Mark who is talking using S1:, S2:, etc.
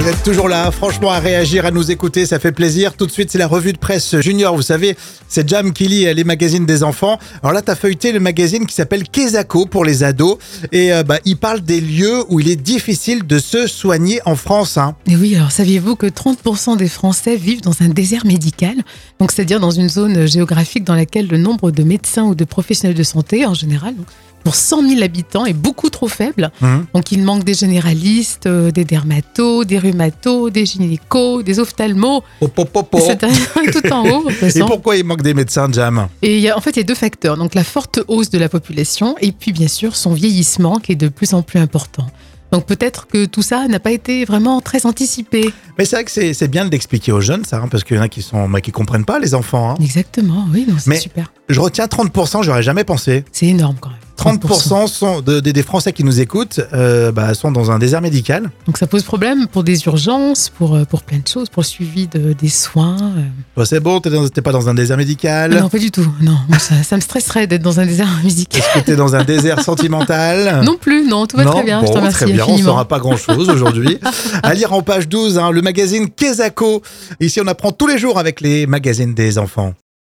S1: vous êtes toujours là, franchement, à réagir, à nous écouter, ça fait plaisir. Tout de suite, c'est la revue de presse junior, vous savez, c'est Jam qui lit euh, les magazines des enfants. Alors là, t'as feuilleté le magazine qui s'appelle Kesako pour les ados, et euh, bah, il parle des lieux où il est difficile de se soigner en France. hein.
S2: Et oui, alors saviez-vous que 30% des Français vivent dans un désert médical Donc, c'est-à-dire dans une zone euh, géographique dans laquelle le nombre de médecins ou de professionnels de santé, en général, donc, pour 100 000 habitants, est beaucoup trop faible.
S1: Mhm.
S2: Donc, il manque des généralistes, euh, des dermatos, des rhumatos, des gynécos, des ophtalmos.
S1: Oh, po, po, po.
S2: C'est un- tout en haut. de toute
S1: Et
S2: façon.
S1: pourquoi il manque des médecins, Jam
S2: Et il y a, en fait, il y a deux facteurs. Donc, la forte hausse de la population et puis, bien sûr, son vieillissement qui est de plus en plus important. Donc, peut-être que tout ça n'a pas été vraiment très anticipé.
S1: Mais c'est vrai que c'est c'est bien de l'expliquer aux jeunes, ça, hein, parce qu'il y en a qui sont, bah, qui comprennent pas, les enfants. hein.
S2: Exactement, oui, non, c'est
S1: Mais-
S2: super.
S1: Je retiens 30%, j'aurais jamais pensé.
S2: C'est énorme quand même.
S1: 30% sont de- des- des Français qui nous écoutent euh, bah, sont dans un désert médical.
S2: Donc, ça pose problème pour des urgences, pour, euh, pour plein de choses, pour le suivi de, des soins. euh.
S1: Toi, Bah, c'est bon, t'es dans- t'es pas dans un désert médical.
S2: Non, pas du tout. Non, moi, ça, ça me stresserait d'être dans un désert musical.
S1: Est-ce que t'es dans un désert sentimental
S2: Non plus, non, tout va
S1: Euh. Non
S2: très bien. je
S1: Bon,
S2: te remercie
S1: très bien, on
S2: infiniment.
S1: saura pas grand-chose aujourd'hui. à lire en page 12, hein, le magazine Kesako. Ici, on apprend tous les jours avec les magazines des enfants.